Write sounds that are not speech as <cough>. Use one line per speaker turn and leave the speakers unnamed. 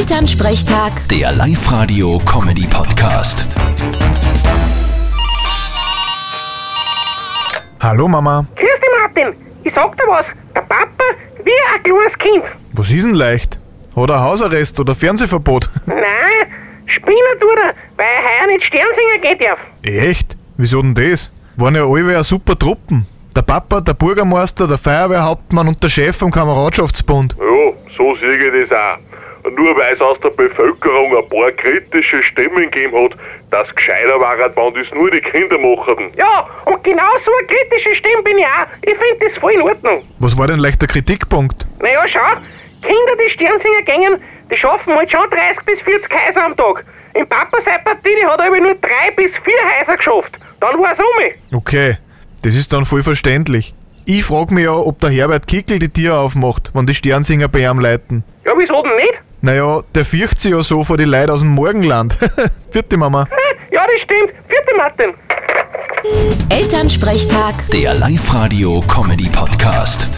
Elternsprechtag,
Der Live-Radio-Comedy-Podcast.
Hallo Mama,
Grüß dich, Martin. Ich sag dir was. Der Papa wie ein kleines Kind.
was ist denn leicht? Hat er Hausarrest oder Fernsehverbot? <laughs>
Nein, Spinner tut er, weil er heuer nicht Sternsinger gehen darf.
Echt? Wieso denn das? Waren ja alle eine super Truppen. Der Papa, der Bürgermeister, der Feuerwehrhauptmann und der Chef vom Kameradschaftsbund.
Ja, so sehe ich das auch. Nur weil es aus der Bevölkerung ein paar kritische Stimmen gegeben hat, dass gescheiter waren, wenn das nur die Kinder machen.
Ja, und genau so eine kritische Stimme bin ich auch. Ich find das voll in Ordnung.
Was war denn leichter Kritikpunkt?
Naja, schau, Kinder, die Sternsinger gängen, die schaffen halt schon 30 bis 40 Häuser am Tag. Im Papa seine Partie, die hat aber nur drei bis vier Häuser geschafft. Dann war's um.
Okay, das ist dann voll verständlich. Ich frag mich ja, ob der Herbert Kickel die Tiere aufmacht, wenn die Sternsinger bei ihm leiten.
Ja, wieso denn nicht?
Naja, der fürcht sich ja so vor die Leute aus dem Morgenland. <laughs> Vierte Mama.
Hm, Ja, das stimmt. Vierte Martin.
Elternsprechtag.
Der Live-Radio-Comedy-Podcast.